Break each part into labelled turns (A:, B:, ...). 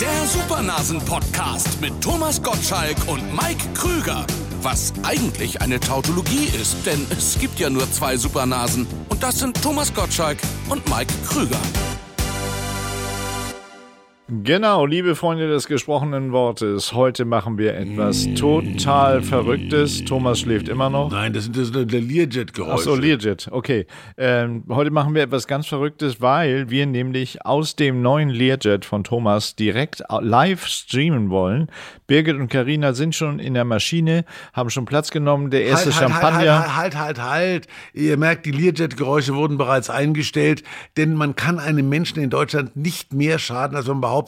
A: Der Supernasen-Podcast mit Thomas Gottschalk und Mike Krüger. Was eigentlich eine Tautologie ist, denn es gibt ja nur zwei Supernasen. Und das sind Thomas Gottschalk und Mike Krüger.
B: Genau, liebe Freunde des gesprochenen Wortes, heute machen wir etwas total Verrücktes. Thomas schläft immer noch.
C: Nein, das sind das sind der Learjet-Geräusche.
B: Achso, Learjet, okay. Ähm, heute machen wir etwas ganz Verrücktes, weil wir nämlich aus dem neuen Learjet von Thomas direkt au- live streamen wollen. Birgit und Karina sind schon in der Maschine, haben schon Platz genommen. Der erste
C: halt, halt, halt,
B: Champagner.
C: halt, halt, halt, halt. Ihr merkt, die Learjet-Geräusche wurden bereits eingestellt, denn man kann einem Menschen in Deutschland nicht mehr schaden, als man behauptet,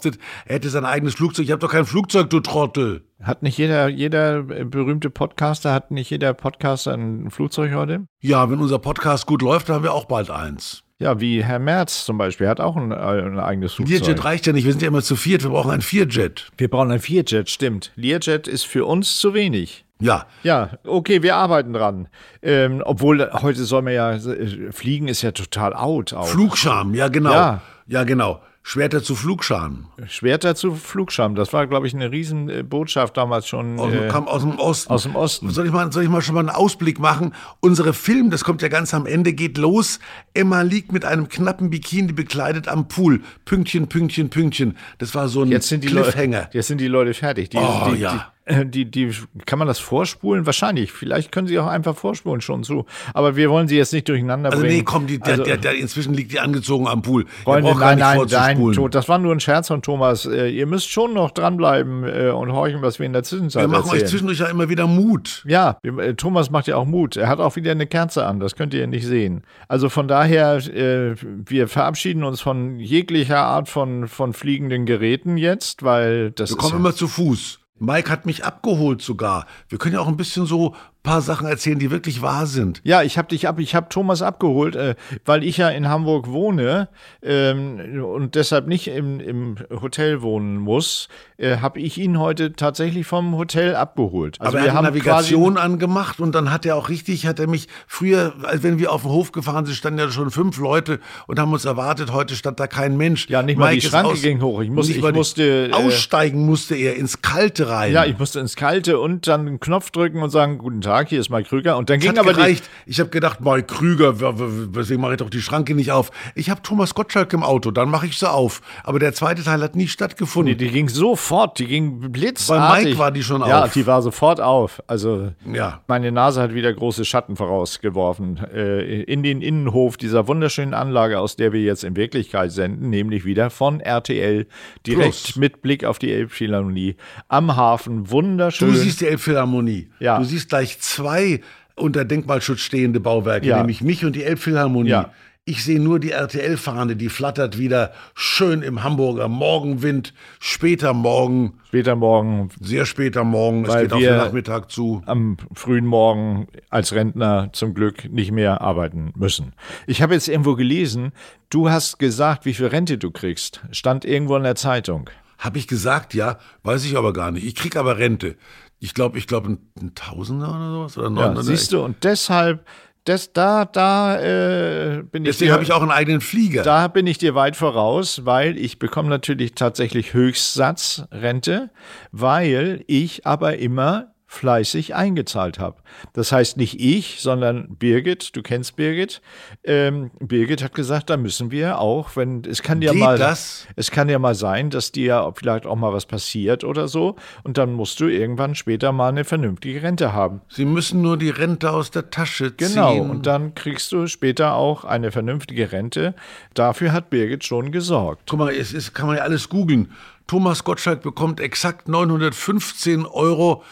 C: er hätte sein eigenes Flugzeug. Ich habe doch kein Flugzeug, du Trottel.
B: Hat nicht jeder, jeder äh, berühmte Podcaster, hat nicht jeder Podcaster ein Flugzeug heute?
C: Ja, wenn unser Podcast gut läuft, dann haben wir auch bald eins.
B: Ja, wie Herr Merz zum Beispiel, hat auch ein, äh, ein eigenes Flugzeug.
C: Learjet reicht ja nicht, wir sind ja immer zu viert, wir brauchen ein Vierjet.
B: Wir brauchen ein Vierjet, stimmt. Learjet ist für uns zu wenig.
C: Ja,
B: Ja, okay, wir arbeiten dran. Ähm, obwohl heute soll man ja äh, fliegen ist ja total out. Auch.
C: Flugscham, ja genau.
B: Ja.
C: Ja, genau. Schwerter zu Flugscham.
B: Schwerter zu Flugscham, das war glaube ich eine riesen äh, Botschaft damals schon.
C: Aus, dem-
B: äh,
C: kam aus dem Osten.
B: aus dem Osten.
C: Soll ich, mal, soll ich mal schon mal einen Ausblick machen? Unsere Film, das kommt ja ganz am Ende, geht los. Emma liegt mit einem knappen Bikini bekleidet am Pool. Pünktchen, Pünktchen, Pünktchen. Das war so ein
B: jetzt sind die
C: Cliffhanger.
B: Leute, jetzt sind die Leute fertig. Die,
C: Oh,
B: die,
C: ja.
B: die, äh, die, die, kann man das vorspulen? Wahrscheinlich. Vielleicht können sie auch einfach vorspulen schon zu. Aber wir wollen sie jetzt nicht durcheinander
C: also
B: bringen.
C: nee, komm, die, der, der, der, inzwischen liegt die angezogen am Pool. Der
B: Freunde,
C: braucht gar
B: nein,
C: nicht
B: nein, nein,
C: vorzuspulen.
B: Tod, das war nur ein Scherz von Thomas. Äh, ihr müsst schon noch dranbleiben äh, und horchen, was wir in der Zwischenzeit
C: Wir machen euch
B: erzählen.
C: zwischendurch ja immer wieder Mut.
B: ja, wir- äh, Thomas macht ja auch Mut. Er hat auch wieder eine Kerze an, das könnt ihr nicht sehen. Also von daher, äh, wir verabschieden uns von jeglicher Art von, von fliegenden Geräten jetzt, weil das
C: Wir
B: ist
C: kommen
B: ja-
C: immer zu Fuß. Mike hat mich abgeholt sogar. Wir können ja auch ein bisschen so paar Sachen erzählen, die wirklich wahr sind.
B: Ja, ich hab dich ab, ich hab Thomas abgeholt, äh, weil ich ja in Hamburg wohne ähm, und deshalb nicht im, im Hotel wohnen muss, äh, hab ich ihn heute tatsächlich vom Hotel abgeholt. Also
C: Aber
B: wir
C: er hat
B: haben
C: eine Navigation angemacht und dann hat er auch richtig, hat er mich früher, als wenn wir auf den Hof gefahren sind, standen ja schon fünf Leute und haben uns erwartet, heute stand da kein Mensch.
B: Ja, nicht mal die
C: ist
B: Schranke ging hoch. Ich muss-
C: nicht
B: ich
C: mal die-
B: musste, äh,
C: aussteigen musste er ins Kalte rein.
B: Ja, ich musste ins Kalte und dann einen Knopf drücken und sagen, guten Tag, hier ist Mike Krüger. Und dann
C: Es
B: ging
C: hat
B: aber die,
C: gereicht. Ich habe gedacht, Mike Krüger, w- w- weswegen mache ich doch die Schranke nicht auf? Ich habe Thomas Gottschalk im Auto, dann mache ich sie auf. Aber der zweite Teil hat nie stattgefunden.
B: Nee, die ging sofort, die ging blitzartig.
C: Bei Mike war die schon
B: Ja,
C: auf.
B: die war sofort auf. Also
C: Ja.
B: meine Nase hat wieder große Schatten vorausgeworfen. Äh, in den Innenhof dieser wunderschönen Anlage, aus der wir jetzt in Wirklichkeit senden, nämlich wieder von RTL, direkt
C: Plus.
B: mit Blick auf die Elbphilharmonie am Hafen. Wunderschön.
C: Du siehst die Elbphilharmonie.
B: Äh. Ja.
C: Du siehst gleich zwei unter Denkmalschutz stehende Bauwerke,
B: Ja.
C: nämlich mich und die Elbphilharmonie.
B: Ja.
C: Ich sehe nur die RTL-Fahne, die flattert wieder schön im Hamburger Morgenwind, später Morgen,
B: Später morgen,
C: sehr später Morgen,
B: Weil
C: es geht auf
B: wir-
C: den Nachmittag zu.
B: am frühen Morgen als Rentner zum Glück nicht mehr arbeiten müssen. Ich habe jetzt irgendwo gelesen, du hast gesagt, wie viel Rente du kriegst. Stand irgendwo in der Zeitung.
C: Habe ich gesagt, ja, weiß ich aber gar nicht. Ich krieg aber Rente. Ich glaube, ich glaube, ein, ein Tausender oder sowas? Oder
B: Ja, siehst du, und deshalb, das, da, da äh, bin ich
C: Deswegen
B: dir,
C: habe ich auch einen eigenen Flieger.
B: da bin ich dir weit voraus, weil ich bekomme natürlich tatsächlich Höchstsatzrente, weil ich aber immer fleißig eingezahlt habe. Das heißt nicht ich, sondern Birgit, du kennst Birgit. Ähm, Birgit hat gesagt, da müssen wir auch, wenn es kann ja
C: Geht
B: mal
C: das?
B: es kann ja mal sein, dass dir vielleicht auch mal was passiert oder so und dann musst du irgendwann später mal eine vernünftige Rente haben.
C: Sie müssen nur die Rente aus der Tasche ziehen.
B: Genau, und dann kriegst du später auch eine vernünftige Rente. Dafür hat Birgit schon gesorgt.
C: Guck mal, es ist, kann man ja alles googeln. Thomas Gottschalk bekommt exakt 915,79 Euro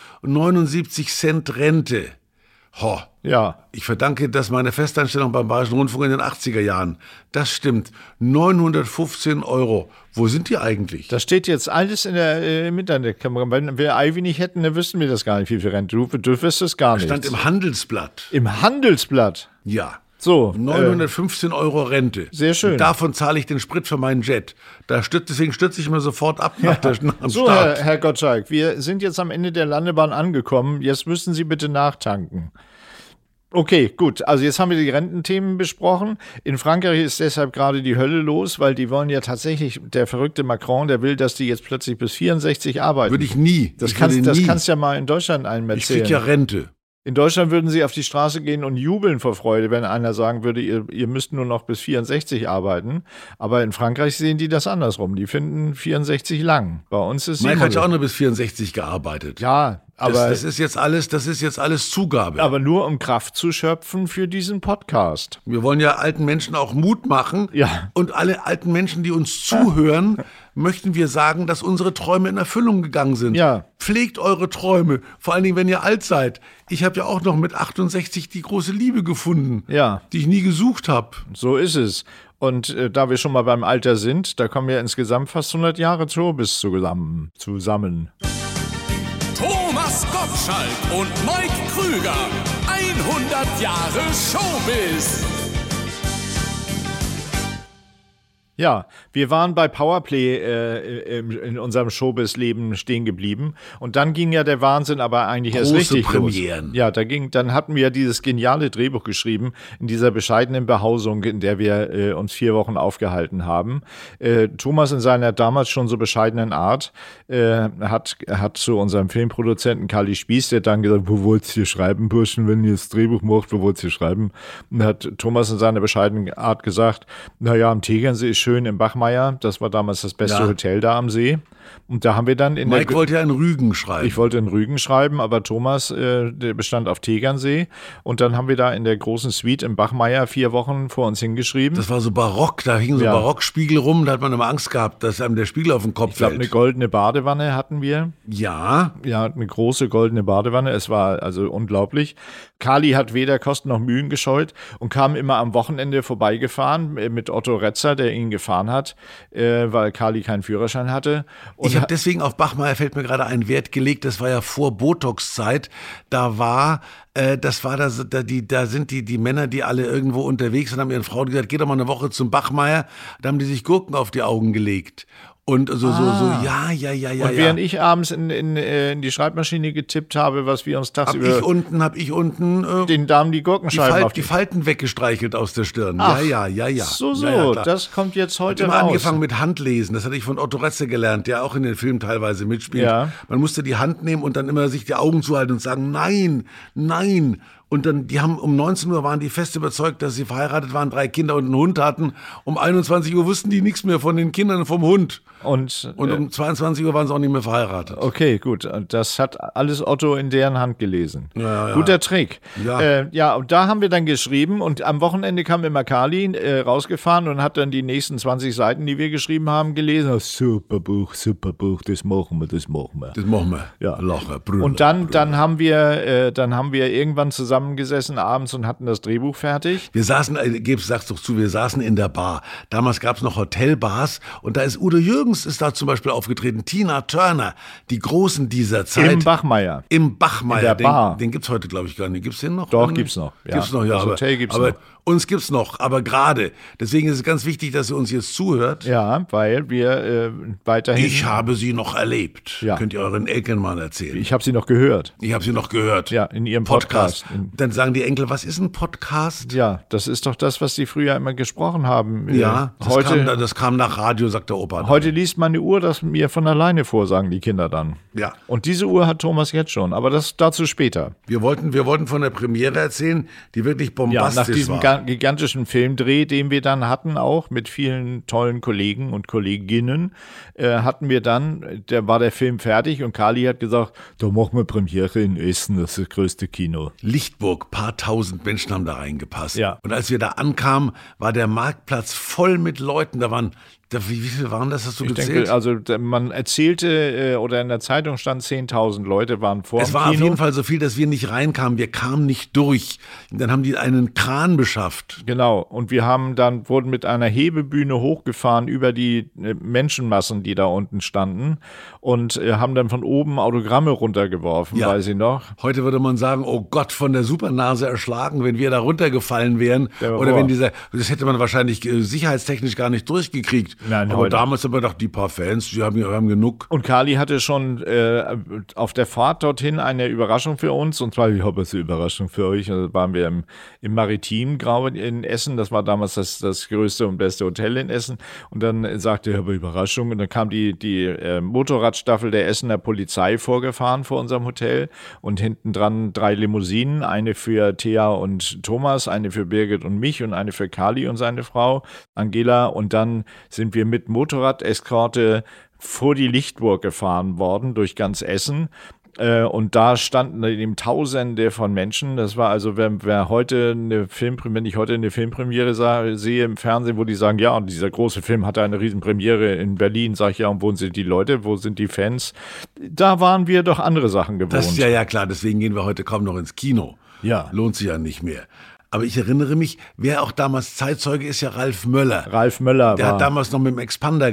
C: Rente. Ho,
B: Ja,
C: ich verdanke das meiner Festanstellung beim Bayerischen Rundfunk in den 80er Jahren. Das stimmt. 915 Euro. Wo sind die eigentlich?
B: das steht jetzt alles in der, äh, im Internet. Kann man- Wenn wir Ivy nicht hätten, dann wüssten wir das gar nicht, wie viel Rente. Du, du wüsstest gar nicht.
C: Stand im Handelsblatt.
B: Im Handelsblatt.
C: Ja.
B: So, äh,
C: 915 Euro Rente.
B: sehr schön.
C: Und davon zahle ich den Sprit für meinen Jet. Da stütz, deswegen stütze ich immer sofort ab nach, der, nach dem
B: so Herr,
C: Start.
B: Herr Gottschalk, wir sind jetzt am Ende der Landebahn angekommen. Jetzt müssen Sie bitte nachtanken. Okay, gut. Also jetzt haben wir die Rententhemen besprochen. In Frankreich ist deshalb gerade die Hölle los, weil die wollen ja tatsächlich, der verrückte Macron, der will, dass die jetzt plötzlich bis 64 arbeiten.
C: Würde ich nie.
B: das
C: ich
B: kannst,
C: würde
B: das
C: nie.
B: kannst ja mal in Deutschland einem
C: ich krieg
B: erzählen.
C: ja Rente.
B: In Deutschland würden sie auf die Straße gehen und jubeln vor Freude, wenn einer sagen würde, ihr, ihr müsst nur noch bis 64 arbeiten. Aber in Frankreich sehen die das andersrum. Die finden 64 lang. Bei uns ist
C: Mike hat ja auch
B: 67.
C: nur bis 64 gearbeitet.
B: Ja, aber,
C: das, das ist jetzt alles, das ist jetzt alles Zugabe.
B: aber nur um Kraft zu schöpfen für diesen Podcast.
C: Wir wollen ja alten Menschen auch Mut machen.
B: Ja.
C: Und alle alten Menschen, die uns zuhören, möchten wir sagen, dass unsere Träume in Erfüllung gegangen sind.
B: Ja.
C: Pflegt eure Träume, vor allen Dingen, wenn ihr alt seid. Ich habe ja auch noch mit 68 die große Liebe gefunden,
B: Ja.
C: die ich nie gesucht habe.
B: So ist es. Und äh, da wir schon mal beim Alter sind, da kommen ja insgesamt fast 100 Jahre zu bis zusammen. zusammen.
A: Thomas Gottschalk und Mike Krüger. 100 Jahre Showbiz.
B: Ja, wir waren bei Powerplay äh, im, in unserem Showbiz-Leben stehen geblieben. Und dann ging ja der Wahnsinn aber eigentlich erst
C: Große
B: richtig
C: Premieren.
B: los. Ja, da ging, dann hatten wir dieses geniale Drehbuch geschrieben, in dieser bescheidenen Behausung, in der wir äh, uns vier Wochen aufgehalten haben. Äh, Thomas in seiner damals schon so bescheidenen Art äh, hat, hat zu unserem Filmproduzenten Kali Spieß, der dann gesagt, wo wollt's hier schreiben, Burschen, wenn ihr das Drehbuch macht, wo wollt's hier schreiben? Und hat Thomas in seiner bescheidenen Art gesagt, naja, am Tegernsee ist schön, im Bachmeier, das war damals das beste
C: Ja.
B: Hotel da am See. Und da haben wir dann in der...
C: Mike wollte ja in Rügen schreiben.
B: Ich wollte in Rügen schreiben, aber Thomas äh, der bestand auf Tegernsee. Und dann haben wir da in der großen Suite im Bachmeier vier Wochen vor uns hingeschrieben.
C: das war so barock, da hingen so
B: Ja.
C: Barockspiegel rum, da hat man immer Angst gehabt, dass einem der Spiegel auf den Kopf
B: ich glaube, eine
C: fällt.
B: goldene Badewanne hatten wir.
C: Ja,
B: Ja, eine große goldene Badewanne. Es war also unglaublich. Kali hat weder Kosten noch Mühen gescheut und kam immer am Wochenende vorbeigefahren äh, mit Otto Retzer, der ihn gefahren hat, äh, weil Kali keinen Führerschein hatte. Und
C: ich habe deswegen auf Bachmeier fällt mir gerade ein Wert gelegt. Das war ja vor Botox-Zeit. Da war, äh, das war da, da die, da sind die die Männer, die alle irgendwo unterwegs sind, haben ihren Frauen gesagt, geht doch mal eine Woche zum Bachmeier. Da haben die sich Gurken auf die Augen gelegt und so so so ja ja ja ja.
B: Ah. und
C: ja.
B: während ich abends in, in, äh, in die Schreibmaschine getippt habe, was wir uns
C: hab
B: tagsüber
C: ich unten, hab ich unten äh,
B: den Damen die
C: die,
B: Gurkenscheiben
C: Fal
B: auf
C: die Falten weggestreichelt aus der Stirn. ja ja ja ja.
B: So, so,
C: ja, ja, klar.
B: das kommt jetzt heute
C: immer
B: raus.
C: angefangen mit Handlesen. Das hatte ich von Otto Retze gelernt, der auch in den Filmen teilweise mitspielt.
B: Ja.
C: Man musste die Hand nehmen und dann immer sich die Augen zuhalten und sagen, nein, nein. Und dann, die haben um 19 Uhr waren die fest überzeugt, dass sie verheiratet waren, drei Kinder und einen Hund hatten. Um 21 Uhr wussten die nichts mehr von den Kindern und vom Hund.
B: Und,
C: Und um 22 Uhr waren sie auch nicht mehr verheiratet.
B: okay, gut. Und Das hat alles Otto in deren Hand gelesen. Guter Trick.
C: Ja.
B: Äh, ja, und da haben wir dann geschrieben und am Wochenende kam immer Kali äh, rausgefahren und hat dann die nächsten 20 Seiten, die wir geschrieben haben, gelesen. Oh, super Buch, super Buch, das machen wir, das machen wir.
C: Das machen wir.
B: Ja.
C: Lachen, Brüllen.
B: Und dann, dann haben wir, äh, dann haben wir irgendwann zusammengesessen abends und hatten das Drehbuch fertig.
C: Wir saßen, äh, Gibbs, sag's doch zu, wir saßen in der Bar. Damals gab's noch Hotelbars und da ist Udo Jürgens ist da zum Beispiel aufgetreten, Tina Turner, die Großen dieser Zeit.
B: Im Bachmeier.
C: Im Bachmeier.
B: In der Bar.
C: Den, den gibt's heute, glaube ich, gar nicht. Gibt's den noch?
B: Doch,
C: Hm,
B: gibt's noch, ja.
C: Gibt's noch, ja.
B: Das
C: aber,
B: Hotel gibt's
C: aber
B: noch.
C: Uns gibt's noch, aber gerade. Deswegen ist es ganz wichtig, dass ihr uns jetzt zuhört.
B: Ja, weil wir äh, weiterhin.
C: Ich habe sie noch erlebt.
B: Ja.
C: Könnt ihr euren Eltern mal erzählen. Ich,
B: ich habe sie noch gehört.
C: habe sie noch gehört.
B: Ja, in ihrem
C: Podcast.
B: Podcast. In-
C: Dann sagen die Enkel, was ist ein Podcast?
B: Ja, das ist doch das, was die früher immer gesprochen haben.
C: Ja,
B: Äh,
C: das, kam, da-
B: heute,
C: das kam nach Radio, sagt der Opa.
B: heute liest meine Uhr das mir von alleine vor, sagen die Kinder dann.
C: Ja.
B: Und diese Uhr hat Thomas jetzt schon, aber das dazu später.
C: Wir wollten, wir wollten von der Premiere erzählen, die wirklich
B: Ja,
C: bombastisch
B: nach diesem
C: war.
B: ga- gigantischen Filmdreh, den wir dann hatten, auch mit vielen tollen Kollegen und Kolleginnen, äh, hatten wir dann, da war der Film fertig und Kali hat gesagt, da machen wir Premiere in Essen, das ist das größte Kino.
C: Lichtburg, paar tausend Menschen haben da reingepasst.
B: Ja.
C: Und als wir da ankamen, war der Marktplatz voll mit Leuten. Da waren, da, wie, wie viele waren das, hast du
B: Ich
C: gezählt?
B: denke, also da- man erzählte äh, oder in der Zeitung stand 10.000 Leute waren vor
C: es
B: dem
C: war auf
B: Kino.
C: jeden Fall so viel, dass wir nicht reinkamen. Wir kamen nicht durch. Und dann haben die einen Kran beschafft.
B: Genau. Und wir haben dann, wurden mit einer Hebebühne hochgefahren über die äh, Menschenmassen, die da unten standen und äh, haben dann von oben Autogramme runtergeworfen,
C: Ja.
B: weiß ich noch.
C: Heute würde man sagen, oh Gott, von der Supernase erschlagen, wenn wir da runtergefallen wären.
B: Der
C: Oder
B: Horror.
C: wenn dieser, das hätte man wahrscheinlich äh, sicherheitstechnisch gar nicht durchgekriegt.
B: Nein,
C: aber
B: heute.
C: damals haben wir gedacht, die paar Fans, die haben, die haben genug.
B: Und Kali hatte schon äh, auf der Fahrt dorthin eine Überraschung für uns. Und zwar, ich hoffe, es ist eine Überraschung für euch. Also waren wir im, im Maritim Grau in Essen. Das war damals das, das größte und beste Hotel in Essen. Und dann sagte er, aber Überraschung. Und dann kam die, die äh, Motorradstaffel der Essener Polizei vorgefahren vor unserem Hotel. Und hinten dran drei Limousinen. Eine für Thea und Thomas, eine für Birgit und mich und eine für Kali und seine Frau, Angela. Und dann sind wir mit Motorrad-Eskorte vor die Lichtburg gefahren worden durch ganz Essen. Äh, Und da standen eben Tausende von Menschen. Das war also, wenn, wer heute eine Filmpre- wenn ich heute eine Filmpremiere sah, sehe im Fernsehen, wo die sagen, ja, und dieser große Film hatte eine Riesenpremiere in Berlin, sag ich ja, und wo sind die Leute, wo sind die Fans? Da waren wir doch andere Sachen gewohnt.
C: Das ist ja, ja klar, deswegen gehen wir heute kaum noch ins Kino.
B: Ja.
C: Lohnt sich ja nicht mehr. Aber ich erinnere mich, wer auch damals Zeitzeuge ist, ja Ralf Möller.
B: Ralf Möller
C: Der
B: war,
C: hat damals noch mit dem Expander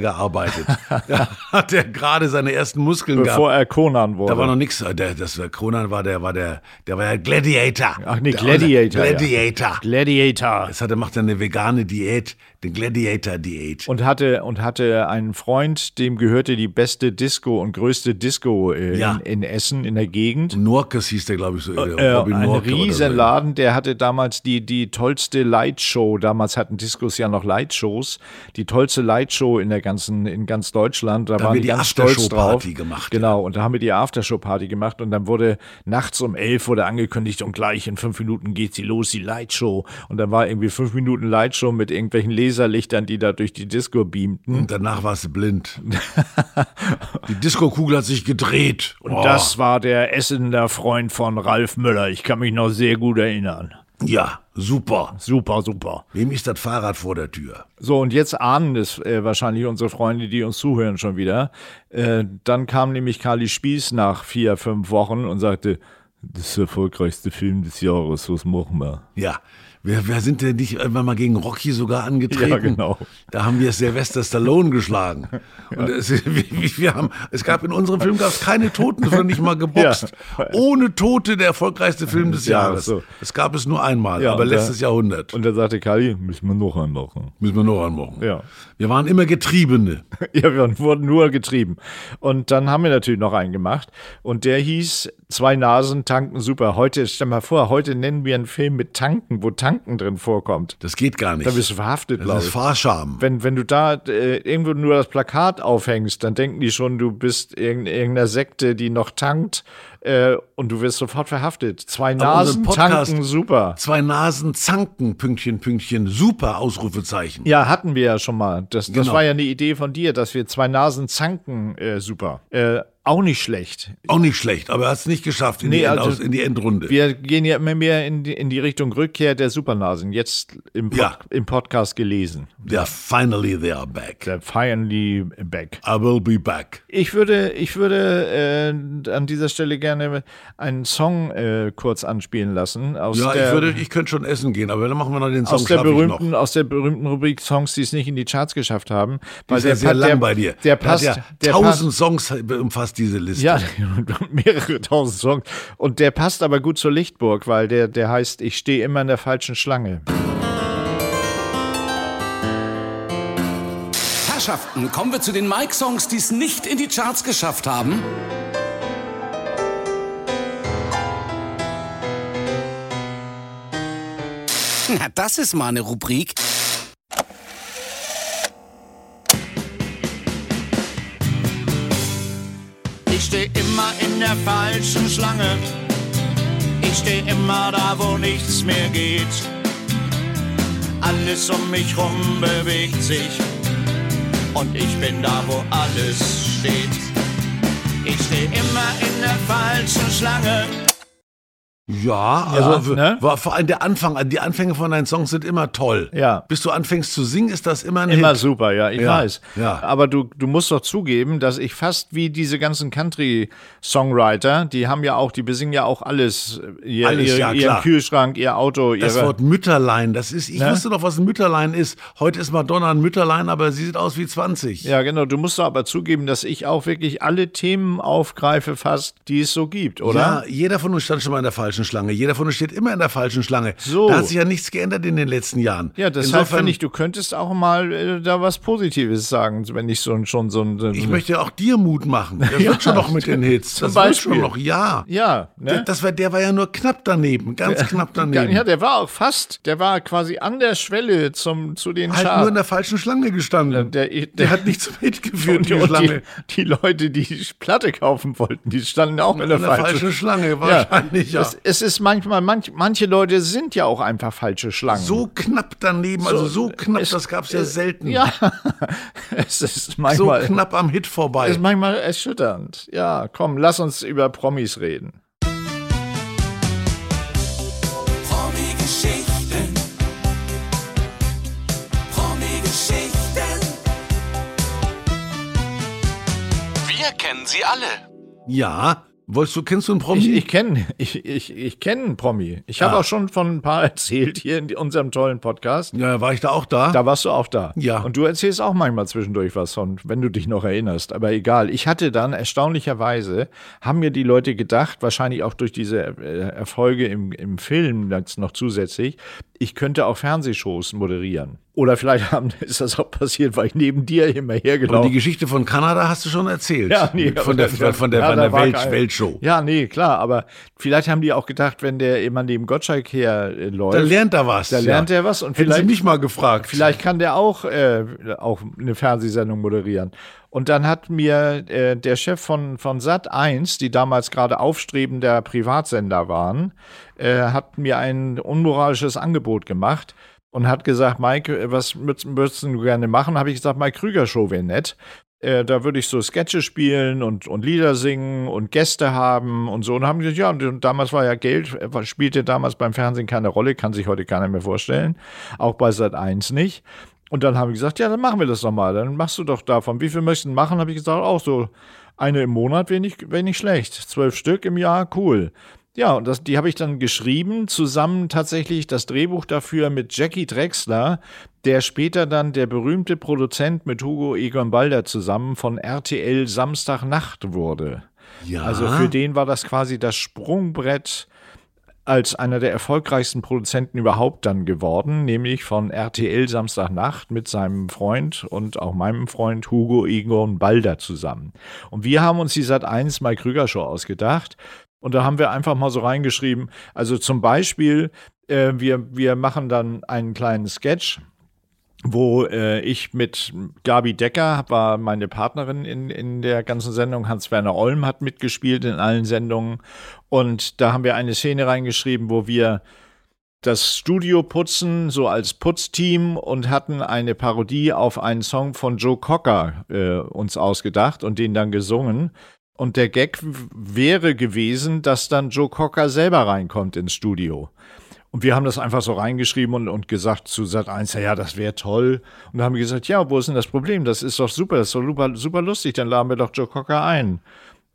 C: gearbeitet. da hat er gerade seine ersten Muskeln
B: bevor
C: gehabt.
B: er Conan wurde.
C: Da war noch nichts. Der, das war Conan war der, war der, der war ja Gladiator.
B: Ach nee,
C: Der-
B: Gladiator.
C: Gladiator.
B: Ja. Gladiator.
C: Jetzt hat er macht er eine vegane Diät, den Gladiator-Diät.
B: Und hatte, und hatte einen Freund, dem gehörte die beste Disco und größte Disco äh,
C: Ja.
B: in, in Essen, in der Gegend.
C: Norkes hieß der, glaube ich, so. Robin
B: Äh, ein
C: Norke oder so.
B: Riesenladen, der hatte damals die, die tollste Lightshow. Damals hatten Discos ja noch Lightshows. Die tollste Lightshow in der ganzen, in ganz Deutschland. Da,
C: haben
B: waren
C: wir
B: die
C: die
B: ganz stolz drauf.
C: Aftershow-Party gemacht,
B: Genau. Und da haben wir die Aftershow-Party gemacht. Und dann wurde nachts um elf wurde angekündigt und gleich in fünf Minuten geht sie los, die Lightshow. Und dann war irgendwie fünf Minuten Lightshow mit irgendwelchen Laserlichtern, die da durch die Disco beamten.
C: Und danach warst du blind. Die Diskokugel hat sich gedreht. Oh.
B: Und das war der Essener Freund von Ralf Müller. Ich kann mich noch sehr gut erinnern.
C: Ja, super.
B: Super, super.
C: Wem ist das Fahrrad vor der Tür?
B: So, und jetzt ahnen es äh, wahrscheinlich unsere Freunde, die uns zuhören, schon wieder. Äh, dann kam nämlich Kali Spieß nach vier, fünf Wochen und sagte, das ist der erfolgreichste Film des Jahres, was machen wir?
C: Ja. Wer, wer sind denn nicht irgendwann mal gegen Rocky sogar angetreten?
B: Ja, genau.
C: Da haben wir Sylvester Stallone geschlagen. Und es, wir, wir haben, es gab in unserem Film gab's keine Toten, sondern nicht mal geboxt.
B: Ja.
C: Ohne Tote der erfolgreichste Film des
B: Ja,
C: Jahres.
B: so.
C: Das gab es nur einmal,
B: Ja,
C: aber
B: und
C: letztes
B: da-
C: Jahrhundert.
B: Und dann sagte Kali, müssen wir noch einen machen.
C: Müssen wir noch anmachen.
B: Ja.
C: Wir waren immer Getriebene.
B: Ja, wir wurden nur getrieben. Und dann haben wir natürlich noch einen gemacht. Und der hieß Zwei Nasen tanken super. Heute, stell mal vor, heute nennen wir einen Film mit Tanken, wo Tanken drin vorkommt.
C: Das geht gar nicht.
B: Da bist du verhaftet, glaube ich.
C: das ist Fahrscham.
B: wenn, wenn du da äh, irgendwo nur das Plakat aufhängst, dann denken die schon, du bist irgend- irgendeiner Sekte, die noch tankt äh, und du wirst sofort verhaftet. Zwei
C: Aber unseren
B: Nasen
C: Podcast-
B: tanken, super.
C: Zwei Nasen zanken, Pünktchen, Pünktchen, super, Ausrufezeichen.
B: Ja, hatten wir ja schon mal. Das, das
C: Genau.
B: war ja eine Idee von dir, dass wir zwei Nasen zanken, äh, super. Äh, auch nicht schlecht.
C: Auch nicht schlecht, aber er hat es nicht geschafft in,
B: Nee,
C: die End-
B: also-
C: aus, in die Endrunde.
B: Wir gehen ja immer mehr in die, in die Richtung Rückkehr der Supernasen. Jetzt im, Pod
C: Ja.
B: im Podcast gelesen.
C: yeah, finally they are back.
B: They're finally back.
C: I will be back.
B: Ich würde, ich würde äh, an dieser Stelle gerne einen Song äh, kurz anspielen lassen aus
C: Ja,
B: der,
C: ich würde, ich könnte schon essen gehen, aber dann machen wir noch den Song
B: aus der
C: schaff ich
B: berühmten,
C: noch.
B: aus der berühmten Rubrik Songs, die es nicht in die Charts geschafft haben.
C: Die
B: Weil
C: ist ja sehr
B: pa-
C: lang bei dir.
B: Der
C: Da hat
B: passt,
C: ja
B: der passt,
C: tausend Songs äh, umfasst diese Liste.
B: ja, und mehrere tausend Songs. Und der passt aber gut zur Lichtburg, weil der, der heißt, ich stehe immer in der falschen Schlange.
A: Herrschaften, kommen wir zu den Mike-Songs, die es nicht in die Charts geschafft haben. Na, das ist mal eine Rubrik.
D: Ich steh immer in der falschen Schlange. Ich steh immer da, wo nichts mehr geht. Alles um mich rum bewegt sich. Und ich bin da, wo alles steht. Ich steh immer in der falschen Schlange.
C: Ja, also
B: ne?
C: war vor allem der Anfang, äh, die Anfänge von deinen Songs sind immer toll.
B: Ja.
C: Bis du anfängst zu singen, ist das immer ein
B: Immer
C: Hit.
B: super, ja, ich
C: Ja,
B: weiß.
C: ja.
B: Aber du, du musst doch zugeben, dass ich fast wie diese ganzen Country-Songwriter, die haben ja auch, die besingen ja auch alles. äh, Ihr,
C: Alles,
B: ihr,
C: ja,
B: ihren
C: klar.
B: Kühlschrank, ihr Auto, ihre.
C: Das Wort Mütterlein, das ist, ich
B: Ne?
C: wusste doch, was ein Mütterlein ist. Heute ist Madonna ein Mütterlein, aber sie sieht aus wie 20.
B: ja, genau. Du musst doch aber zugeben, dass ich auch wirklich alle Themen aufgreife, fast, die es so gibt, oder?
C: Ja, jeder von uns stand schon mal in der falschen falschen Schlange. Jeder von uns steht immer in der falschen Schlange.
B: So.
C: Da hat sich ja nichts geändert in den letzten Jahren.
B: Ja, deshalb
C: Insofern-
B: finde ich, du könntest auch mal äh, da was Positives sagen, wenn ich so ein- schon so ein. so ein-
C: Ich möchte auch dir Mut machen. Das wird schon noch mit den Hits.
B: zum
C: das wird
B: Beispiel.
C: schon noch, ja.
B: ja,
C: Der,
B: ne?
C: das war, der war ja nur knapp daneben, ganz knapp daneben.
B: ja, der war auch fast, der war quasi an der Schwelle zum, zu den
C: halt
B: Charts.
C: nur in der falschen Schlange gestanden.
B: Der-
C: Der,
B: der-
C: hat nicht zum Hit geführt, die
B: und
C: Schlange.
B: die, die Leute, die die Platte kaufen wollten, die standen auch in der,
C: in der falschen Schlange, wahrscheinlich, ja.
B: Es, es ist manchmal, manch, manche Leute sind ja auch einfach falsche Schlangen. äh,
C: so knapp daneben, also so knapp, das gab es ja selten.
B: Ja, es ist
C: so
B: manchmal,
C: knapp am Hit vorbei.
B: ist manchmal erschütternd. Ja, komm, lass uns über Promis reden.
D: Promi-Geschichten. Promi-Geschichten.
A: Wir kennen sie alle.
C: Ja, wolltest du, kennst du einen Promi?
B: Ich, ich kenne ich, ich, ich kenn einen Promi. Ich habe auch schon von ein paar erzählt hier in unserem tollen Podcast.
C: ja, war ich da auch da?
B: Da warst du auch da.
C: Ja.
B: Und du erzählst auch manchmal zwischendurch was von, wenn du dich noch erinnerst. Aber egal. Ich hatte dann erstaunlicherweise, haben mir die Leute gedacht, wahrscheinlich auch durch diese äh, Erfolge im, im Film jetzt noch zusätzlich, ich könnte auch Fernsehshows moderieren. Oder vielleicht haben, ist das auch passiert, weil ich neben dir immer
C: Und
B: hergelaufen
C: die Geschichte von Kanada hast du schon erzählt.
B: ja, nee,
C: von der,
B: aber das-
C: von der,
B: ja,
C: von
B: da
C: der
B: war
C: Welt,
B: kein-
C: Weltshow.
B: Ja, nee, klar, aber vielleicht haben die auch gedacht, wenn der jemand neben Gottschalk herläuft,
C: Da lernt er was.
B: da lernt er was und
C: Hätten sie
B: vielleicht-
C: mich mal gefragt.
B: vielleicht kann der auch, äh, auch eine Fernsehsendung moderieren. Und dann hat mir äh, der Chef von, von Sat 1, die damals gerade aufstrebender Privatsender waren, äh, hat mir ein unmoralisches Angebot gemacht und hat gesagt, Mike, äh, was würdest würdest du gerne machen? Habe ich gesagt, Mike Krüger Show wäre nett. Äh, da würde ich so Sketche spielen und, und Lieder singen und Gäste haben und so. Und haben gesagt, ja, und, und damals war ja Geld, äh, was spielte damals beim Fernsehen keine Rolle, kann sich heute keiner mehr vorstellen. Auch bei Sat 1 nicht. Und dann haben wir gesagt, ja, dann machen wir das doch mal. Dann machst du doch davon. Wie viel möchten machen? Habe ich gesagt, auch so eine im Monat, wenig, wenig schlecht. Zwölf Stück im Jahr, cool. Ja, und das, die habe ich dann geschrieben, zusammen tatsächlich das Drehbuch dafür mit Jackie Drexler, der später dann der berühmte Produzent mit Hugo Egon Balder zusammen von RTL Samstagnacht wurde.
C: ja.
B: Also für den war das quasi das Sprungbrett als einer der erfolgreichsten Produzenten überhaupt dann geworden, nämlich von RTL Samstagnacht mit seinem Freund und auch meinem Freund Hugo Egon Balder zusammen. Und wir haben uns die Sat 1 Mike Krüger Show ausgedacht und da haben wir einfach mal so reingeschrieben, also zum Beispiel äh, wir, wir machen dann einen kleinen Sketch wo äh, ich mit Gabi Decker war meine Partnerin in, in der ganzen Sendung. Hans-Werner Olm hat mitgespielt in allen Sendungen. Und da haben wir eine Szene reingeschrieben, wo wir das Studio putzen, so als Putzteam und hatten eine Parodie auf einen Song von Joe Cocker äh, uns ausgedacht und den dann gesungen. Und der Gag w- wäre gewesen, dass dann Joe Cocker selber reinkommt ins Studio. Und wir haben das einfach so reingeschrieben und, und gesagt zu Sat 1, ja, das wäre toll. Und dann haben wir gesagt, ja, wo ist denn das Problem? Das ist doch super, das ist doch super, super lustig, dann laden wir doch Joe Cocker ein.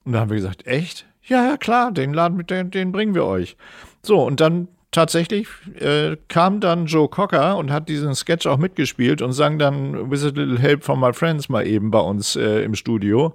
B: Und dann haben wir gesagt, echt? Ja, ja, klar, den laden wir, den, den bringen wir euch. So, und dann tatsächlich äh, kam dann Joe Cocker und hat diesen Sketch auch mitgespielt und sang dann With a Little Help from My Friends mal eben bei uns äh, im Studio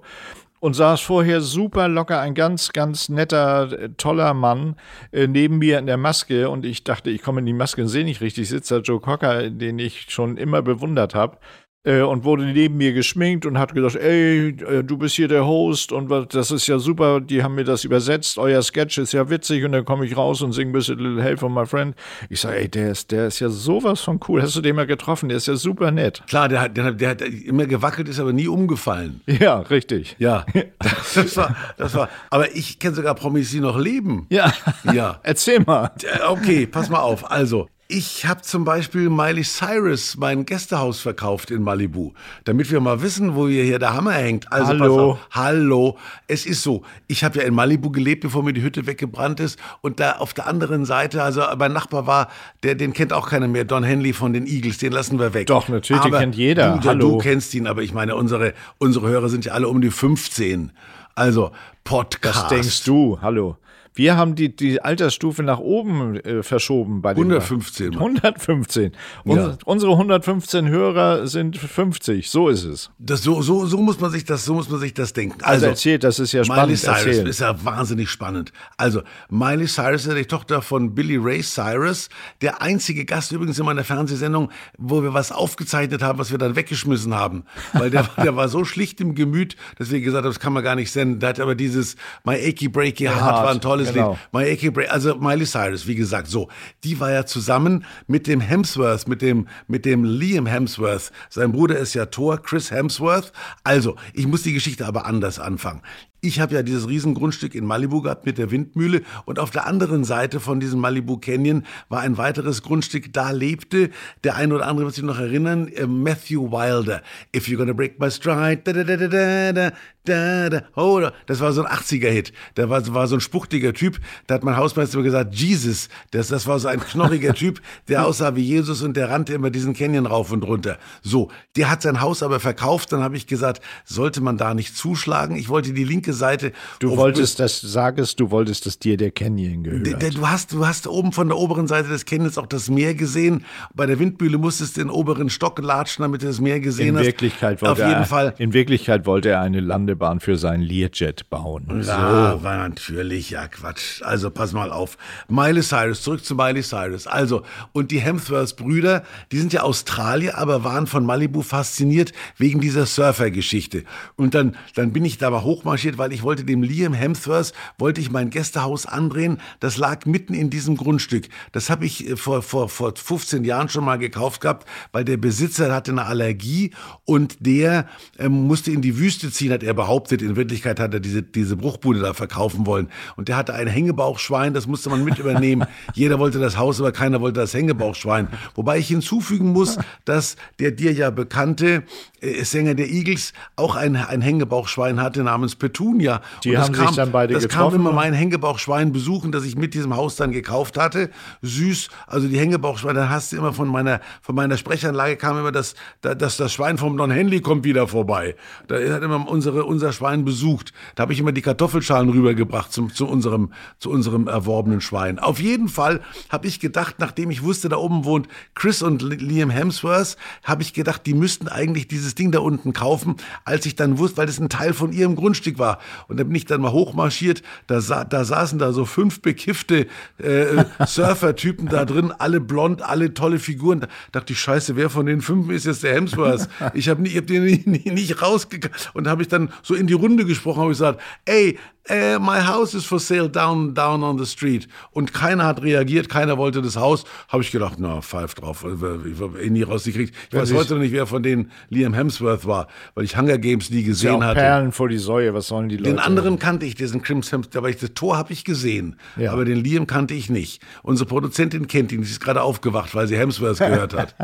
B: und saß vorher super locker, ein ganz, ganz netter, äh, toller Mann äh, neben mir in der Maske und ich dachte, ich komme in die Maske und sehe nicht richtig, sitzt da Joe Cocker, den ich schon immer bewundert habe. Äh, und wurde neben mir geschminkt und hat gesagt, ey, äh, du bist hier der Host und was- das ist ja super, die haben mir das übersetzt, euer Sketch ist ja witzig und dann komme ich raus und singe ein bisschen Little Help from My Friend. Ich sage, ey, der ist, der ist ja sowas von cool, hast du den mal getroffen, der ist ja super nett.
C: Klar, der hat, der, hat, der hat immer gewackelt, ist aber nie umgefallen.
B: Ja, richtig.
C: Ja, das war, das war. Aber ich kenne sogar Promis, die noch leben.
B: Ja.
C: Ja.
B: Erzähl mal.
C: Äh, Okay, pass mal auf. Also, ich habe zum Beispiel Miley Cyrus mein Gästehaus verkauft in Malibu, damit wir mal wissen, wo hier, hier der Hammer hängt. Also,
B: Hallo.
C: Pass auf. Hallo. Es ist so, ich habe ja in Malibu gelebt, bevor mir die Hütte weggebrannt ist. Und da auf der anderen Seite, also mein Nachbar war, der, den kennt auch keiner mehr, Don Henley von den Eagles, den lassen wir weg.
B: Doch, natürlich, den
C: Aber
B: kennt jeder.
C: Du, ja,
B: Hallo.
C: du kennst ihn, aber ich meine, unsere, unsere Hörer sind ja alle um die 15. Also,
B: Das
C: Podcast.
B: denkst du, hallo. Wir haben die, die Altersstufe nach oben äh, verschoben bei den
C: 115 Mann.
B: 115. Uns,
C: Ja.
B: Unsere 115 Hörer sind 50, so ist es.
C: Das, so, so, so muss man sich das, so muss man sich das denken.
B: Also,
C: Also,
B: erzählt, das ist ja
C: Miley
B: spannend.
C: Cyrus
B: Erzählen.
C: ist ja wahnsinnig spannend. Also, Miley Cyrus ist ja die Tochter von Billy Ray Cyrus. Der einzige Gast übrigens in meiner Fernsehsendung, wo wir was aufgezeichnet haben, was wir dann weggeschmissen haben. Weil der, der war so schlicht im Gemüt, dass wir gesagt haben, das kann man gar nicht senden. Der hat aber dieses My Achy Breaky Heart war ein tolles
B: genau.
C: Lied. My Achy Break, also Miley Cyrus, wie gesagt, so. Die war ja zusammen mit dem Hemsworth, mit dem, mit dem Liam Hemsworth. Sein Bruder ist ja Thor, Chris Hemsworth. Also, ich muss die Geschichte aber anders anfangen. Ich habe ja dieses Riesengrundstück in Malibu gehabt mit der Windmühle und auf der anderen Seite von diesem Malibu Canyon war ein weiteres Grundstück, da lebte, der eine oder andere wird sich noch erinnern, äh, Matthew Wilder. If you're gonna break my stride, da da da da da da da da oh, da. das war so ein 80er-Hit. Da war, war so ein spuchtiger Typ, da hat mein Hausmeister immer gesagt, Jesus, das, das war so ein knorriger Typ, der aussah wie Jesus und der rannte immer diesen Canyon rauf und runter. So, der hat sein Haus aber verkauft, dann habe ich gesagt, sollte man da nicht zuschlagen? Ich wollte die linke Seite...
B: Du
C: auf-
B: wolltest das, sagest, du wolltest, dass dir der Canyon gehört.
C: der- Du hast, du hast oben von der oberen Seite des Canyons auch das Meer gesehen. Bei der Windmühle musstest du den oberen Stock latschen, damit du das Meer gesehen
B: In
C: hast.
B: Wirklichkeit,
C: Auf
B: wollte
C: jeden
B: er,
C: Fall.
B: in Wirklichkeit wollte er eine Landebahn für seinen Learjet bauen.
C: Ja, war natürlich, ja Quatsch. Also pass mal auf. Miley Cyrus, zurück zu Miley Cyrus. Also, und die Hemsworth-Brüder, die sind ja Australier, aber waren von Malibu fasziniert wegen dieser Surfer-Geschichte. Und dann, dann bin ich da mal hochmarschiert, weil ich wollte dem Liam Hemsworth, wollte ich mein Gästehaus andrehen. Das lag mitten in diesem Grundstück. Das habe ich äh, vor, vor, vor 15 Jahren schon mal gekauft gehabt, weil der Besitzer hatte eine Allergie und der ähm, musste in die Wüste ziehen, hat er behauptet. In Wirklichkeit hat er diese, diese Bruchbude da verkaufen wollen. Und der hatte ein Hängebauchschwein, das musste man mit übernehmen. Jeder wollte das Haus, aber keiner wollte das Hängebauchschwein. Wobei ich hinzufügen muss, dass der dir ja bekannte äh, Sänger der Eagles auch ein, ein Hängebauchschwein hatte namens Petunia.
B: Die
C: Und das
B: haben sich dann beide
C: Das kam
B: getroffen,
C: immer
B: oder?
C: mein Hängebauchschwein besuchen, das ich mit diesem Haus dann gekauft hatte. Süß, also die Hängebauchschweine, dann hast du immer von meiner, von meiner Sprechanlage kam immer das, da- das, das Schwein vom Don Henley kommt wieder vorbei. Da hat immer unsere, unser Schwein besucht. Da habe ich immer die Kartoffelschalen rübergebracht zum, zu, unserem, zu unserem erworbenen Schwein. Auf jeden Fall habe ich gedacht, nachdem ich wusste, da oben wohnt Chris und Li- Liam Hemsworth, habe ich gedacht, die müssten eigentlich dieses Ding da unten kaufen, als ich dann wusste, weil das ein Teil von ihrem Grundstück war. Und da bin ich dann mal hochmarschiert, da, sa da saßen da so fünf bekiffte äh, Surfer-Typen da drin, alle blond, alle tolle Figuren. Da dachte ich, scheiße, wer von den fünf ist jetzt der Hemsworth? Ich habe hab den nie- nie- nicht rausgegangen. Und habe ich dann so in die Runde gesprochen, habe ich gesagt, ey, äh, my house is for sale down, down on the street. Und keiner hat reagiert, keiner wollte das Haus. Habe ich gedacht, na, pfeif drauf, ich habe eh nie rausgekriegt. Ich weiß
B: sich-
C: heute noch nicht, wer von denen Liam Hemsworth war, weil ich Hunger Games nie
B: Ja,
C: gesehen
B: auch
C: hatte.
B: Perlen vor die Säue, was sollen die Leute?
C: Den anderen kannte ich, diesen Crims Hemsworth, aber ich, das Tor habe ich gesehen.
B: Ja.
C: Aber den Liam kannte ich nicht. Unsere Produzentin kennt ihn, sie ist gerade aufgewacht, weil sie Hemsworth gehört hat.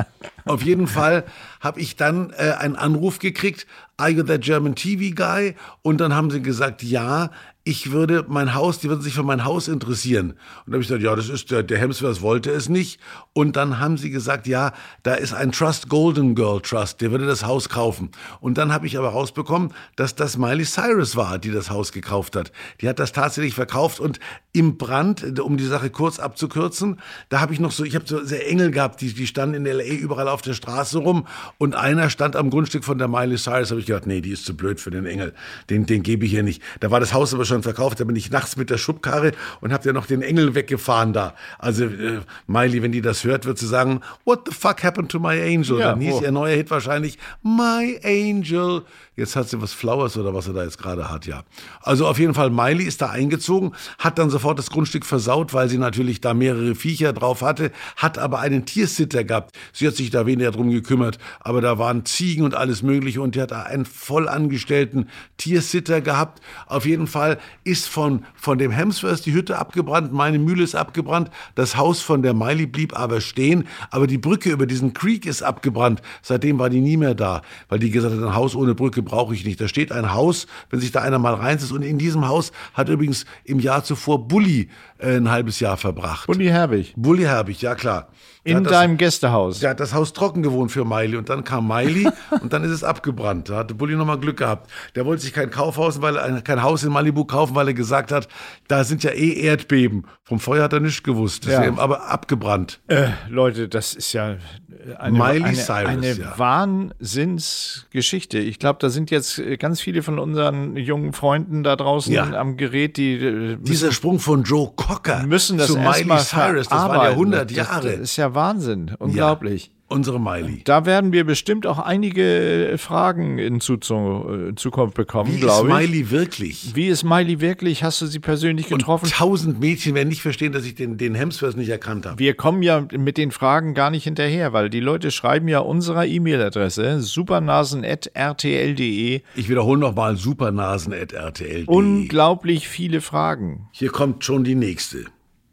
C: Auf jeden Fall habe ich dann äh, einen Anruf gekriegt, are you that German TV guy? Und dann haben sie gesagt, ja, ich würde mein Haus, die würden sich für mein Haus interessieren. Und da habe ich gesagt, ja, das ist der, der Hemsworth wollte es nicht. Und dann haben sie gesagt, ja, da ist ein Trust Golden Girl Trust, der würde das Haus kaufen. Und dann habe ich aber rausbekommen, dass das Miley Cyrus war, die das Haus gekauft hat. Die hat das tatsächlich verkauft und im Brand, um die Sache kurz abzukürzen, da habe ich noch so, ich habe so sehr Engel gehabt, die, die standen in LA überall auf der Straße rum und einer stand am Grundstück von der Miley Cyrus, habe ich gedacht, nee, die ist zu blöd für den Engel, den, den gebe ich ihr nicht. Da war das Haus aber schon verkauft, da bin ich nachts mit der Schubkarre und habe ja noch den Engel weggefahren da. Also äh, Miley, wenn die das hört, wird sie sagen, what the fuck happened to my angel?
B: Ja,
C: Dann hieß
B: oh.
C: ihr neuer Hit wahrscheinlich My Angel. Jetzt hat sie was Flowers oder was sie da jetzt gerade hat, ja. Also auf jeden Fall, Miley ist da eingezogen, hat dann sofort das Grundstück versaut, weil sie natürlich da mehrere Viecher drauf hatte, hat aber einen Tiersitter gehabt. Sie hat sich da weniger drum gekümmert, aber da waren Ziegen und alles Mögliche und die hat da einen voll angestellten Tiersitter gehabt. Auf jeden Fall, ist von, von dem Hemsworth die Hütte abgebrannt, meine Mühle ist abgebrannt, das Haus von der Miley blieb aber stehen, aber die Brücke über diesen Creek ist abgebrannt. Seitdem war die nie mehr da, weil die gesagt hat, ein Haus ohne Brücke brauche ich nicht. Da steht ein Haus, wenn sich da einer mal reinsetzt. Und in diesem Haus hat übrigens im Jahr zuvor Bully äh, ein halbes Jahr verbracht.
B: Bulli Herbig.
C: Bully Herbig, ja klar. Der
B: In
C: hat das-
B: deinem Gästehaus.
C: der hat das Haus trocken gewohnt für Miley und dann kam Miley und dann ist es abgebrannt. Da hatte Bulli nochmal Glück gehabt. Der wollte sich kein Kaufhaus, weil er- äh, kein Haus in Malibu kaufen, weil er gesagt hat, da sind ja eh Erdbeben. Vom Feuer hat er nichts gewusst. Das
B: Ja.
C: ist eben aber abgebrannt.
B: Äh, Leute, das ist ja eine,
C: Miley
B: eine,
C: Cyrus,
B: eine
C: ja.
B: Wahnsinnsgeschichte. Ich glaube, da sind jetzt äh, ganz viele von unseren jungen Freunden da draußen
C: Ja.
B: am Gerät, die äh,
C: Dieser Sprung von Joe Cocker
B: müssen das
C: zu Miley
B: erstmal
C: Cyrus, das waren ja
B: verarbeiten.
C: 100
B: Das-
C: Jahre.
B: Das ist ja Wahnsinn, unglaublich.
C: Unsere Miley.
B: Da werden wir bestimmt auch einige äh, Fragen in Zu Zu- äh, Zukunft bekommen,
C: Wie ist
B: glaube ich.
C: Miley wirklich?
B: Wie ist Miley wirklich? Hast du sie persönlich getroffen?
C: Und tausend Mädchen werden nicht verstehen, dass ich den, den Hemsworth nicht erkannt habe.
B: Wir kommen ja mit den Fragen gar nicht hinterher, weil die Leute schreiben ja unserer E-Mail-Adresse supernasen.rtl.de
C: Ich wiederhole nochmal supernasen.rtl.de.
B: unglaublich viele Fragen.
C: Hier kommt schon die nächste.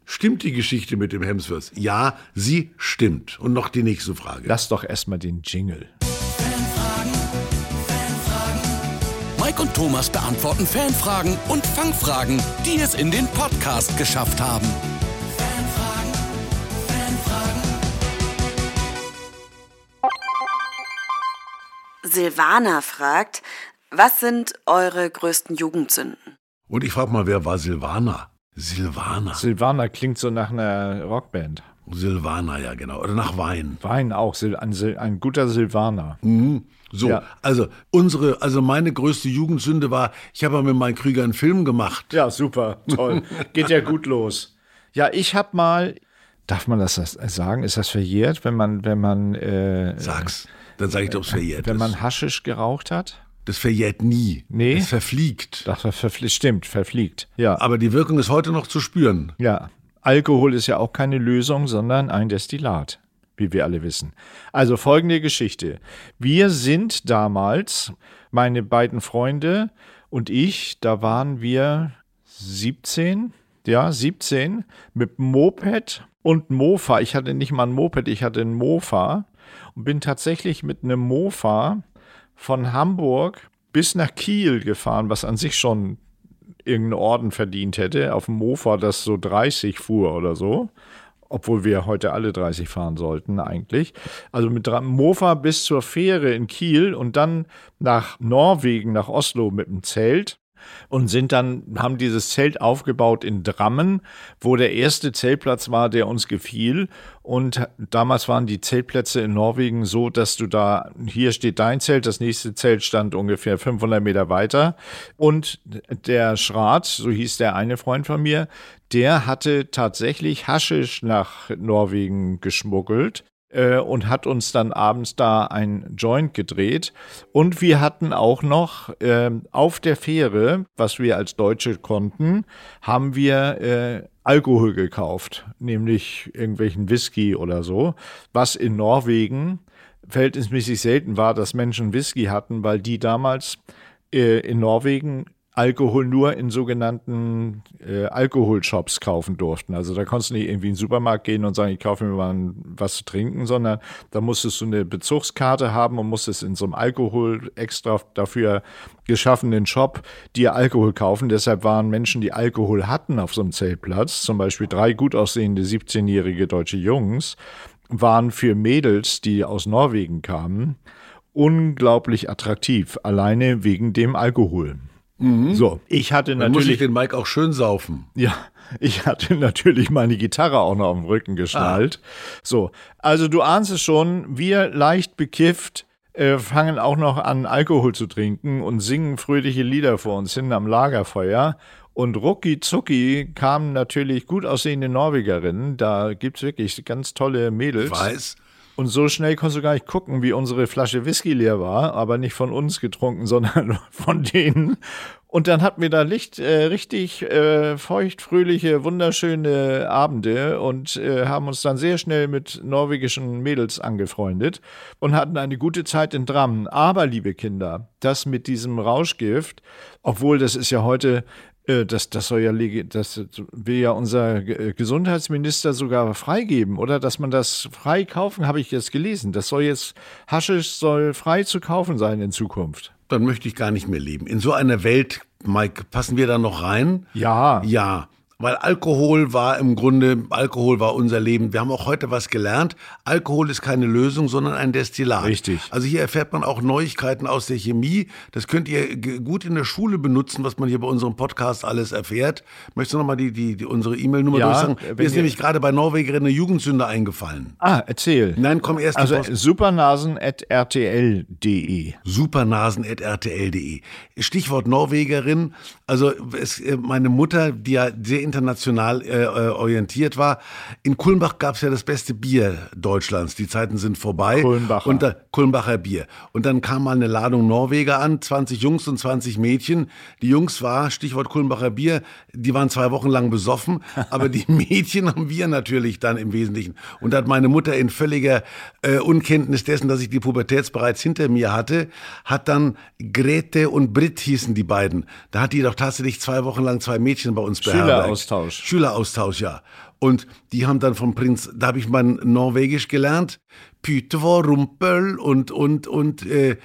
C: Stimmt die Geschichte mit dem Hemsworth? Ja, sie stimmt. Und noch die nächste Frage.
B: Lass doch erstmal den Jingle.
A: Mike und Thomas beantworten Fanfragen und Fangfragen, die es in den Podcast geschafft haben.
E: Silvana fragt, was sind eure größten Jugendsünden?
C: Und ich frage mal, wer war Silvana? Silvana.
B: Silvana klingt so nach einer Rockband.
C: Silvana, ja genau. Oder nach Wein.
B: Wein auch, Sil ein, Sil ein guter Silvaner.
C: So,
B: Ja.
C: also unsere, also meine größte Jugendsünde war, ich habe ja mit meinem Krüger einen Film gemacht.
B: Ja, super, toll. Geht ja gut los. Ja, ich hab mal, darf man das sagen? Ist das verjährt, wenn man, wenn man, äh,
C: Sag's. Dann sage ich dir, ob's verjährt
B: wenn
C: ist.
B: man Haschisch geraucht hat?
C: Das verjährt nie.
B: Nee.
C: Das verfliegt.
B: Das war verfli stimmt, verfliegt. Ja.
C: Aber die Wirkung ist heute noch zu spüren.
B: Ja, Alkohol ist ja auch keine Lösung, sondern ein Destillat, wie wir alle wissen. Also folgende Geschichte. Wir sind damals, meine beiden Freunde und ich, da waren wir 17, ja, 17, mit dem Moped und Mofa. Ich hatte nicht mal ein Moped, ich hatte ein Mofa und bin tatsächlich mit einem Mofa von Hamburg bis nach Kiel gefahren, was an sich schon irgendeinen Orden verdient hätte, auf dem Mofa, das so 30 fuhr oder so. Obwohl wir heute alle 30 fahren sollten, eigentlich. Also mit dra- Mofa bis zur Fähre in Kiel und dann nach Norwegen, nach Oslo mit dem Zelt. Und sind dann, haben dieses Zelt aufgebaut in Drammen, wo der erste Zeltplatz war, der uns gefiel. Und damals waren die Zeltplätze in Norwegen so, dass du da, hier steht dein Zelt, das nächste Zelt stand ungefähr 500 Meter weiter. Und der Schrat, so hieß der eine Freund von mir, der hatte tatsächlich Haschisch nach Norwegen geschmuggelt äh, und hat uns dann abends da ein Joint gedreht. Und wir hatten auch noch ähm, auf der Fähre, was wir als Deutsche konnten, haben wir äh, Alkohol gekauft, nämlich irgendwelchen Whisky oder so, was in Norwegen verhältnismäßig selten war, dass Menschen Whisky hatten, weil die damals äh, in Norwegen Alkohol nur in sogenannten äh, Alkoholshops kaufen durften. Also da konntest du nicht irgendwie in den Supermarkt gehen und sagen, ich kaufe mir mal ein- was zu trinken, sondern da musstest du eine Bezugskarte haben und musstest in so einem Alkohol extra dafür geschaffenen Shop dir Alkohol kaufen. Deshalb waren Menschen, die Alkohol hatten auf so einem Zeltplatz, zum Beispiel drei gut aussehende 17-jährige deutsche Jungs, waren für Mädels, die aus Norwegen kamen, unglaublich attraktiv, alleine wegen dem Alkohol. So, ich hatte
C: Mhm. Dann muss ich
B: natürlich,
C: den Mike auch schön saufen.
B: ja, ich hatte natürlich meine Gitarre auch noch am Rücken geschnallt. So, also du ahnst es schon, wir leicht bekifft äh, fangen auch noch an Alkohol zu trinken und singen fröhliche Lieder vor uns hin am Lagerfeuer. Und rucki zucki kamen natürlich gut aussehende Norwegerinnen. Da gibt's wirklich ganz tolle Mädels.
C: Weiß.
B: Und so schnell konntest du gar nicht gucken, wie unsere Flasche Whisky leer war, aber nicht von uns getrunken, sondern von denen. Und dann hatten wir da Licht, äh, richtig äh, feuchtfröhliche, wunderschöne Abende und äh, haben uns dann sehr schnell mit norwegischen Mädels angefreundet und hatten eine gute Zeit in Drammen. Aber, liebe Kinder, das mit diesem Rauschgift, obwohl das ist ja heute Äh, Das, das soll ja legi- das will ja unser Ge- äh, Gesundheitsminister sogar freigeben, oder? Dass man das frei kaufen, habe ich jetzt gelesen. Das soll jetzt, Haschisch soll frei zu kaufen sein in Zukunft.
C: Dann möchte ich gar nicht mehr leben. In so einer Welt, Mike, passen wir da noch rein?
B: Ja.
C: Ja, weil Alkohol war im Grunde, Alkohol war unser Leben. Wir haben auch heute was gelernt. Alkohol ist keine Lösung, sondern ein Destillat.
B: Richtig.
C: Also hier erfährt man auch Neuigkeiten aus der Chemie. Das könnt ihr g- gut in der Schule benutzen, was man hier bei unserem Podcast alles erfährt. Möchtest du nochmal die, die, die, unsere E-Mail-Nummer
B: Ja,
C: durchsagen?
B: wenn
C: Mir ist
B: ihr-
C: nämlich gerade bei Norwegerinnen eine Jugendsünde eingefallen.
B: Ah, erzähl.
C: Nein, komm erst die
B: Also
C: Post-
B: supernasen.rtl.de.
C: supernasen.rtl.de. E. Stichwort Norwegerin. Also es, äh, meine Mutter, die ja sehr international äh, äh, orientiert war, in Kulmbach gab es ja das beste Bier Deutschlands. Die Zeiten sind vorbei.
B: Kulmbacher.
C: Und da, Kulmbacher Bier. Und dann kam mal eine Ladung Norweger an, 20 Jungs und 20 Mädchen. Die Jungs war, Stichwort Kulmbacher Bier, die waren zwei Wochen lang besoffen, aber die Mädchen haben wir natürlich dann im Wesentlichen. Und da hat meine Mutter in völliger äh, Unkenntnis dessen, dass ich die Pubertät bereits hinter mir hatte, hat dann Grete und Brit hießen die beiden. Da hat die doch tatsächlich zwei Wochen lang zwei Mädchen bei uns
B: Schüleraustausch.
C: beherbergt. Schüleraustausch, ja. Und die haben dann vom Prinz, da habe ich mal Norwegisch gelernt, Pyte war Rumpel und, und, und äh, äh,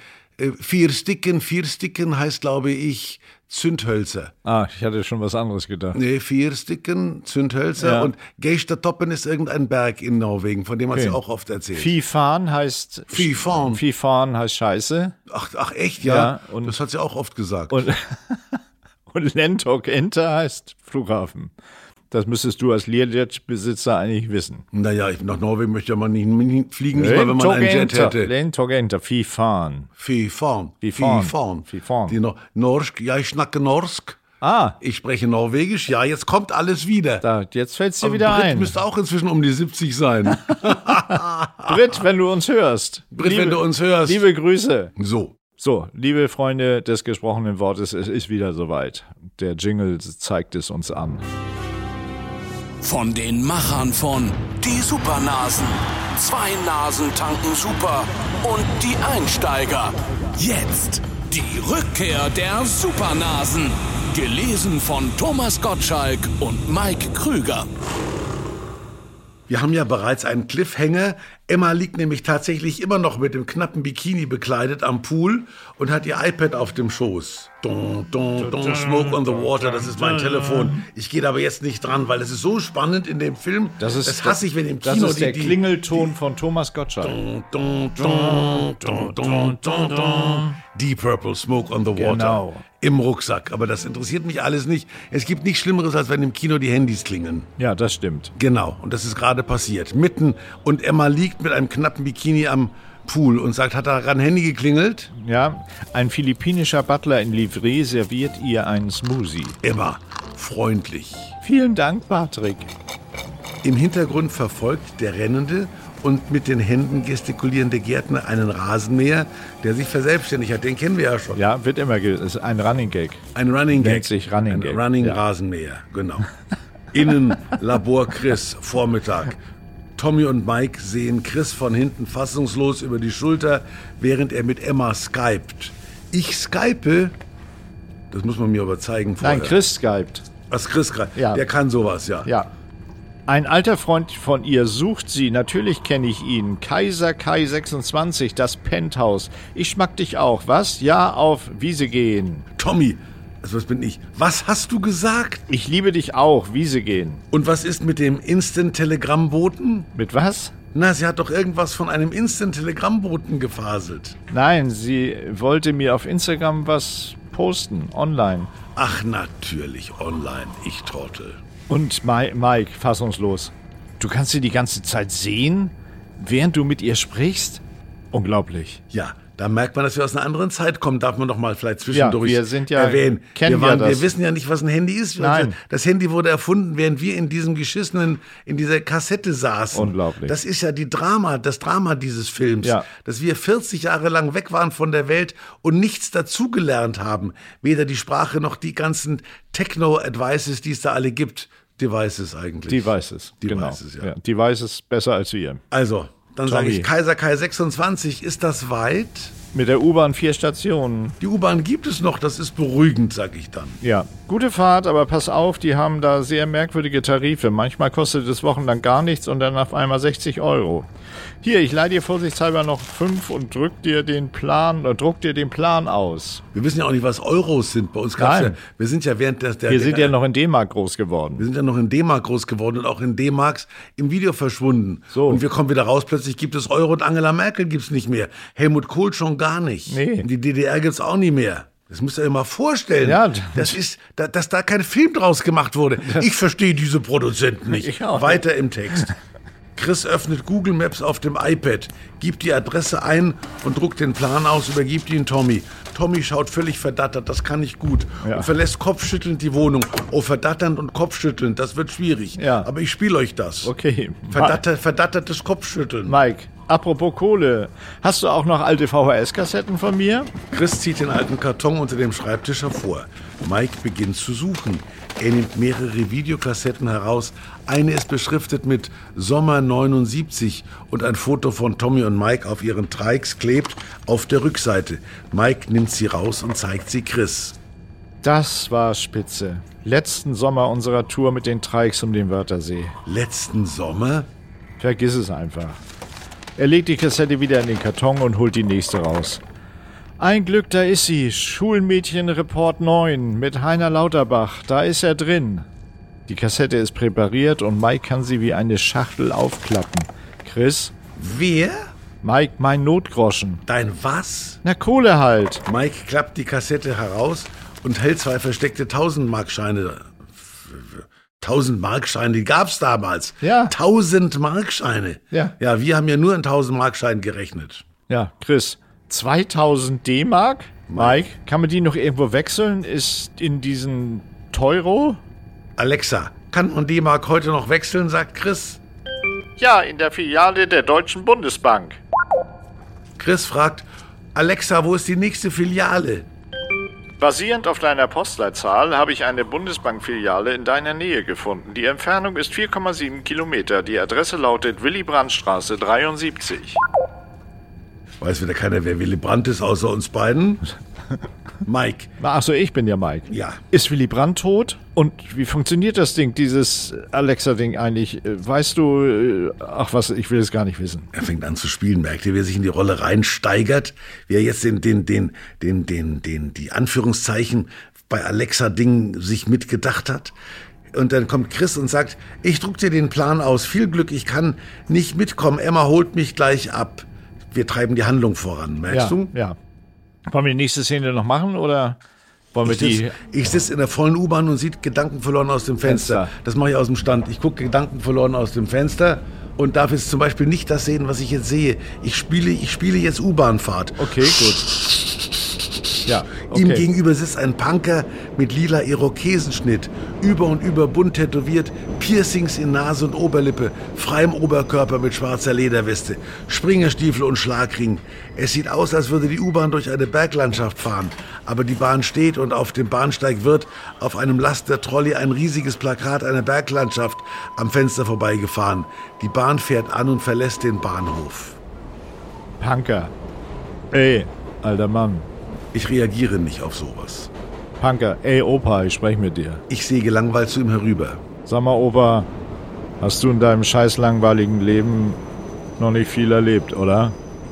C: Viersticken, Viersticken heißt, glaube ich, Zündhölzer.
B: Ah, ich hatte schon was anderes gedacht.
C: Nee, Viersticken, Zündhölzer
B: Ja.
C: und Geistertoppen ist irgendein Berg in Norwegen, von dem hat sie
B: Okay.
C: auch oft erzählt.
B: Fifan heißt.
C: Fifan.
B: Fifan heißt Scheiße.
C: Ach, ach echt, ja?
B: Ja, und-
C: das hat sie auch oft gesagt.
B: Und, und Lentok Enter heißt Flughafen. Das müsstest du als Learjet-Besitzer eigentlich wissen.
C: naja, ich, nach Norwegen möchte man nicht, nicht fliegen, nicht mal wenn man einen Jet
B: Enter.
C: hätte.
B: Lentok Enter. Fifan.
C: Fy faen. Fy
B: faen.
C: faen.
B: Fy faen.
C: Die Nor Norsk, ja, ich schnacke Norsk.
B: Ah,
C: Ich spreche Norwegisch, ja, jetzt kommt alles wieder.
B: da, jetzt fällt's dir wieder
C: Britt
B: ein.
C: müsste auch inzwischen um die 70 sein.
B: Britt, wenn du uns hörst.
C: Britt, wenn du uns hörst.
B: Liebe Grüße.
C: so.
B: So, liebe Freunde des gesprochenen Wortes, es ist wieder soweit. Der Jingle zeigt es uns an.
A: Von den Machern von Die Supernasen. Zwei Nasen tanken super und die Einsteiger. Jetzt die Rückkehr der Supernasen. Gelesen von Thomas Gottschalk und Mike Krüger.
C: Wir haben ja bereits einen Cliffhanger. Emma liegt nämlich tatsächlich immer noch mit dem knappen Bikini bekleidet am Pool und hat ihr iPad auf dem Schoß. Don, don, don, smoke on the water, das ist mein Telefon. Ich gehe da aber jetzt nicht dran, weil es ist so spannend in dem Film. das hasse ich, wenn im Kino
B: Das ist
C: die,
B: der
C: die,
B: Klingelton von Thomas Gottschalk.
C: Dun, dun, dun, dun, dun, dun. Deep Purple Smoke on the Water.
B: Genau.
C: Im Rucksack. Aber das interessiert mich alles nicht. Es gibt nichts Schlimmeres, als wenn im Kino die Handys klingen.
B: Ja, das stimmt.
C: Genau. Und das ist gerade passiert. Mitten. Und Emma liegt mit einem knappen Bikini am Pool und sagt, hat da ein Handy geklingelt?
B: Ja, ein philippinischer Butler in Livree serviert ihr einen Smoothie.
C: Emma. Freundlich.
B: Vielen Dank, Patrick.
C: Im Hintergrund verfolgt der rennende und mit den Händen gestikulierende Gärtner einen Rasenmäher, der sich verselbstständigt hat. Den kennen wir ja schon.
B: Ja, wird immer, ge ist ein Running Gag.
C: Ein Running Gag.
B: Nennt sich Running
C: ein
B: Gag,
C: Running
B: ja.
C: Rasenmäher, genau. Innen Labor Chris, Vormittag. Tommy und Mike sehen Chris von hinten fassungslos über die Schulter, während er mit Emma skypt. Ich skype? Das muss man mir aber zeigen vorher.
B: Nein, Chris skypt.
C: Was Chris gerade?
B: Ja.
C: Der kann sowas, ja.
B: Ja. Ein alter Freund von ihr sucht sie. Natürlich kenne ich ihn. Kaiser Kai 26, das Penthouse. Ich schmack dich auch. Was? Ja, auf Wiese gehen.
C: Tommy, also was bin ich? Was hast du gesagt?
B: Ich liebe dich auch. Wiese gehen.
C: Und was ist mit dem Instant-Telegrammboten?
B: Mit was?
C: Na, sie hat doch irgendwas von einem Instant-Telegrammboten gefaselt.
B: Nein, sie wollte mir auf Instagram was posten. Online.
C: Ach, natürlich online, ich Trottel.
B: Und Mi- Mike, fassungslos. Du kannst sie die ganze Zeit sehen, während du mit ihr sprichst? Unglaublich.
C: Ja, da merkt man, dass wir aus einer anderen Zeit kommen. Darf man doch mal vielleicht zwischendurch
B: Ja, wir sind ja-
C: erwähnen.
B: kennen
C: wir, waren,
B: ja das.
C: wir wissen ja nicht, was ein Handy ist. Wir-
B: Nein.
C: Das Handy wurde erfunden, während wir in diesem geschissenen, in dieser Kassette saßen.
B: Unglaublich.
C: Das ist ja die Drama, das Drama dieses Films,
B: Ja.
C: dass wir 40 Jahre lang weg waren von der Welt und nichts dazugelernt haben. Weder die Sprache noch die ganzen Techno-Advices, die es da alle gibt. Devices eigentlich.
B: Die weiß es.
C: Die
B: genau.
C: weiß es, ja.
B: Die weiß es besser als wir.
C: Also, dann sage
B: Tommy.
C: ich Kaiser Kai 26, ist das weit?
B: Mit der U-Bahn vier Stationen.
C: Die U-Bahn gibt es noch, das ist beruhigend, sag ich dann.
B: Ja, gute Fahrt, aber pass auf, die haben da sehr merkwürdige Tarife. Manchmal kostet es wochenlang gar nichts und dann auf einmal 60 Euro. Hier, ich leih dir vorsichtshalber noch fünf und drück dir den Plan, oder druck dir den Plan aus.
C: Wir wissen ja auch nicht, was Euros sind. Bei uns gab's
B: Nein.
C: ja, wir sind ja während der, der
B: Wir sind ja noch in D-Mark groß geworden.
C: wir sind ja noch in D-Mark groß geworden und auch in D-Marks im Video verschwunden.
B: So.
C: Und wir kommen wieder raus, plötzlich gibt es Euro und Angela Merkel gibt's nicht mehr. Helmut Kohl schon gar nicht.
B: Nee.
C: Die DDR gibt's auch nie mehr. Das müsst ihr euch mal vorstellen.
B: Ja.
C: Das ist, da, dass da kein Film draus gemacht wurde. Ich verstehe diese Produzenten nicht.
B: Ich auch nicht.
C: Weiter im Text. Chris öffnet Google Maps auf dem iPad, gibt die Adresse ein und druckt den Plan aus, übergibt ihn Tommy. Tommy schaut völlig verdattert, das kann nicht gut.
B: Ja.
C: Und verlässt kopfschüttelnd die Wohnung. Oh, verdatternd und kopfschüttelnd, das wird schwierig.
B: Ja.
C: Aber ich spiele euch das.
B: Okay.
C: Verdatter, verdattertes Kopfschütteln.
B: Mike, apropos Kohle, hast du auch noch alte VHS-Kassetten von mir?
C: Chris zieht den alten Karton unter dem Schreibtisch hervor. Mike beginnt zu suchen. Er nimmt mehrere Videokassetten heraus. Eine ist beschriftet mit Sommer 79 und ein Foto von Tommy und Mike auf ihren Trikes klebt auf der Rückseite. Mike nimmt sie raus und zeigt sie Chris.
B: Das war spitze. Letzten Sommer unserer Tour mit den Treiks um den Wörthersee.
C: Letzten Sommer?
B: Vergiss es einfach. Er legt die Kassette wieder in den Karton und holt die nächste raus. Ein Glück, da ist sie. Schulmädchenreport 9 mit Heiner Lauterbach. Da ist er drin. Die Kassette ist präpariert und Mike kann sie wie eine Schachtel aufklappen. Chris,
C: Wer?
B: Mike, mein Notgroschen.
C: Dein was?
B: Na, Kohle halt.
C: Mike klappt die Kassette heraus und hält zwei versteckte 1000-Markscheine. 1000-Markscheine, die gab's damals.
B: Ja.
C: 1000-Markscheine.
B: Ja.
C: Ja, wir haben ja nur in 1000-Markscheinen gerechnet.
B: Ja, Chris, 2000 D-Mark? Mike, kann man die noch irgendwo wechseln? Ist in diesen Teuro?
C: Alexa, kann man D-Mark heute noch wechseln, sagt Chris.
B: Ja, in der Filiale der Deutschen Bundesbank.
C: Chris fragt, Alexa, wo ist die nächste Filiale?
B: Basierend auf deiner Postleitzahl habe ich eine Bundesbankfiliale in deiner Nähe gefunden. Die Entfernung ist 4,7 Kilometer. Die Adresse lautet Willy-Brandt-Straße 73.
C: Weiß wieder keiner, wer Willy Brandt ist, außer uns beiden. Mike,
B: Achso, ich bin ja Mike.
C: ja.
B: Ist Willy Brandt tot? Und wie funktioniert das Ding, dieses Alexa-Ding eigentlich? Äh, Weißt du, äh, ach was, ich will es gar nicht wissen.
C: Er fängt an zu spielen, merkt ihr, wie er sich in die Rolle reinsteigert, wie er jetzt den, den, den, den, den, den, die Anführungszeichen bei Alexa-Dingen sich mitgedacht hat. Und dann kommt Chris und sagt, ich druck dir den Plan aus, viel Glück, ich kann nicht mitkommen, Emma holt mich gleich ab. Wir treiben die Handlung voran, merkst du?
B: ja. Wollen wir die nächste Szene noch machen oder wollen wir
C: Ich
B: die.
C: sitz- Ich sitze in der vollen U-Bahn und sieht Gedanken verloren aus dem Fenster.
B: Fenster.
C: Das mache ich aus dem Stand. Ich gucke Gedanken verloren aus dem Fenster und darf jetzt zum Beispiel nicht das sehen, was ich jetzt sehe. Ich spiele, ich spiele jetzt U-Bahnfahrt.
B: Okay, gut. Ja, okay.
C: Ihm gegenüber sitzt ein Punker mit lila Irokesenschnitt, über und über bunt tätowiert, Piercings in Nase und Oberlippe, freiem Oberkörper mit schwarzer Lederweste, Springerstiefel und Schlagring. Es sieht aus, als würde die U-Bahn durch eine Berglandschaft fahren, aber die Bahn steht und auf dem Bahnsteig wird auf einem Laster-Trolley ein riesiges Plakat einer Berglandschaft am Fenster vorbeigefahren. Die Bahn fährt an und verlässt den Bahnhof.
B: Punker. Ey, alter Mann.
C: Ich reagiere nicht auf sowas.
B: Punker, ey Opa, ich spreche mit dir.
C: Ich sehe gelangweilt zu ihm herüber.
B: Sag mal, Opa, hast du in deinem scheiß langweiligen Leben noch nicht viel erlebt, oder?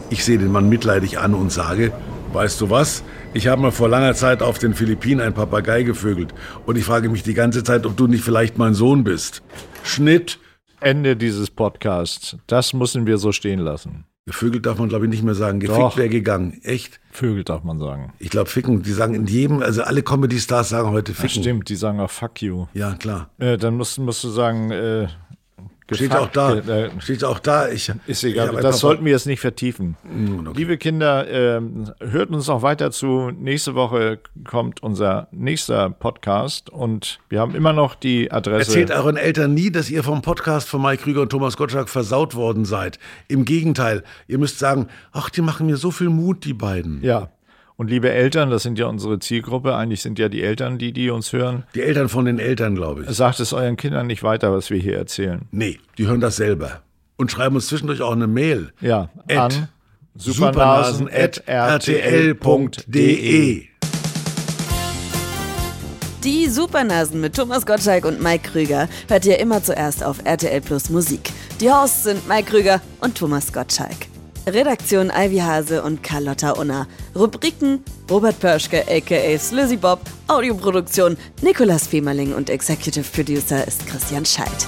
C: Ich sehe den Mann mitleidig an und sage, weißt du was? Ich habe mal vor langer Zeit auf den Philippinen einen Papagei gevögelt und ich frage mich die ganze Zeit, ob du nicht vielleicht mein Sohn bist. Schnitt.
B: Ende dieses Podcasts. Das müssen wir so stehen lassen.
C: Gevögelt darf man glaube ich nicht mehr sagen.
B: Doch.
C: Gefickt wäre gegangen. Echt?
B: Vögel darf man sagen.
C: Ich glaube ficken. Die sagen in jedem, also alle Comedy-Stars sagen heute ficken.
B: Stimmt, die sagen auch fuck you.
C: Ja, klar.
B: Äh, dann musst, musst du sagen, äh,
C: Steht auch
B: gefuckt,
C: da.
B: äh,
C: Steht auch da. Ich,
B: Ist
C: ich
B: egal,
C: hab
B: das
C: einfach-
B: sollten wir jetzt nicht vertiefen.
C: Hm,
B: Liebe Kinder, ähm, hört uns noch weiter zu. Nächste Woche kommt unser nächster Podcast und wir haben immer noch die Adresse.
C: Erzählt euren Eltern nie, dass ihr vom Podcast von Mike Krüger und Thomas Gottschalk versaut worden seid. Im Gegenteil, ihr müsst sagen, ach, die machen mir so viel Mut, die beiden.
B: ja. Und liebe Eltern, das sind ja unsere Zielgruppe. Eigentlich sind ja die Eltern, die, die uns hören.
C: Die Eltern von den Eltern, glaube ich.
B: Sagt es euren Kindern nicht weiter, was wir hier erzählen.
C: Nee, die hören das selber. Und schreiben uns zwischendurch auch eine Mail.
B: Ja,
C: At
B: an
C: E.
B: E.
C: supernasen.rtl.de.
E: Die Supernasen mit Thomas Gottschalk und Mike Krüger hört ihr immer zuerst auf RTL Plus Musik. Die Hosts sind Mike Krüger und Thomas Gottschalk. Redaktion Ivy Hase und Carlotta Unna. Rubriken Robert Pörschke aka Slizzy Bob. Audioproduktion Nikolas Femerling und Executive Producer ist Christian Scheidt.